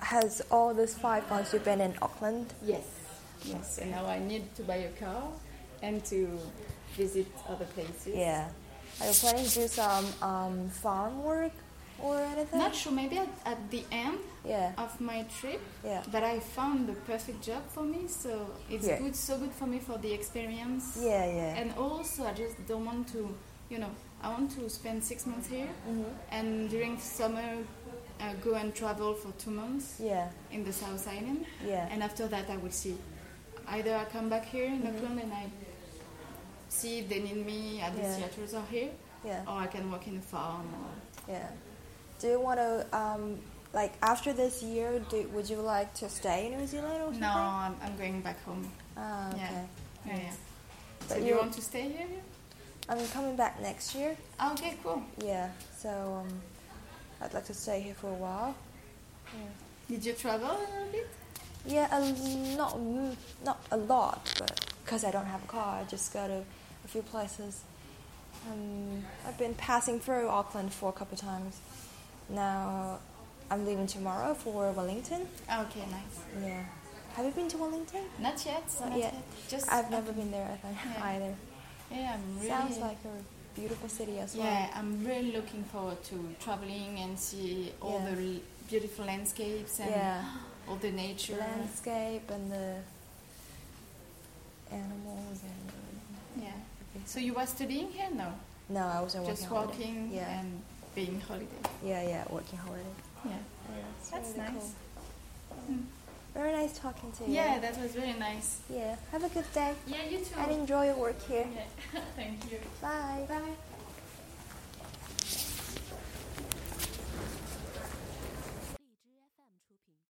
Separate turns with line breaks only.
has all these five cars you been in Auckland?
Yes, yes. And now I need to buy a car and to visit other places.
Yeah. Are you planning to do some um, farm work or anything?
Not sure. Maybe at, at the end
Yeah.
of my trip,
Yeah.
that I found the perfect job for me. So it's
Yeah.
good, so good for me for the experience.
Yeah, yeah.
And also, I just don't want to, you know, I want to spend six months here
Mm-hmm.
and during summer uh, go and travel for two months
Yeah,
in the South Island.
yeah.
And after that, I will see. Either I come back here in
Mm-hmm.
Auckland and I see if they need me at the
Yeah.
theaters or here,
Yeah,
or I can work in a farm. Or...
yeah. Do you want to um like after this year? Do would you like to stay in New Zealand or something?
No, I'm, I'm going back home.
Ah, okay.
Yeah. Yeah, yeah.
But
so do you
you-
want to stay here?
I'm coming back next year.
Ah, Okay, cool.
Yeah. So um, I'd like to stay here for a while.
Did you travel a little bit?
Yeah, a, l- not m- not a lot, but because I don't have a car, I just go to a few places. Um, I've been passing through Auckland for a couple of times. Now I'm leaving tomorrow for Wellington.
Ah, Okay, nice.
Yeah. Have you been to Wellington?
Not yet.
Not
Not,
yet.
yet. Just
I've never been there, I think,
Yeah.
either.
Yeah, I'm really.
Sounds like a beautiful city as well.
Yeah, I'm really looking forward to traveling and see all
Yeah.
the l- beautiful landscapes and
Yeah.
all the nature.
Landscape and the animals and
Yeah. So you were studying here? No,
no, I wasn't working.
just
holiday.
walking
Yeah,
and being holiday.
yeah, yeah, working holiday.
Yeah.
Yeah, it's
That's
really
nice.
cool.
Mm.
Very nice talking to you.
yeah. that was really nice.
Yeah. Have a good day
Yeah, you too.
and enjoy your work here.
Yeah. Thank you.
Bye. Bye.